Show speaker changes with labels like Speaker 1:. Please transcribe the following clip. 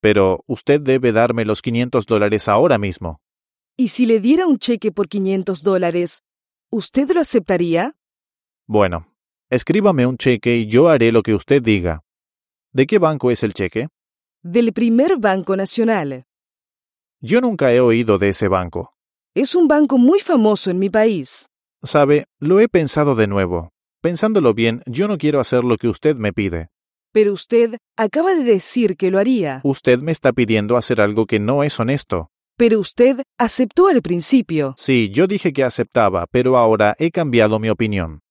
Speaker 1: Pero usted debe darme los 500 dólares ahora mismo.
Speaker 2: ¿Y si le diera un cheque por 500 dólares, usted lo aceptaría?
Speaker 1: Bueno, escríbame un cheque y yo haré lo que usted diga. ¿De qué banco es el cheque?
Speaker 2: Del primer Banco Nacional.
Speaker 1: Yo nunca he oído de ese banco.
Speaker 2: Es un banco muy famoso en mi país.
Speaker 1: Sabe, lo he pensado de nuevo. Pensándolo bien, yo no quiero hacer lo que usted me pide.
Speaker 2: Pero usted acaba de decir que lo haría.
Speaker 1: Usted me está pidiendo hacer algo que no es honesto.
Speaker 2: Pero usted aceptó al principio.
Speaker 1: Sí, yo dije que aceptaba, pero ahora he cambiado mi opinión.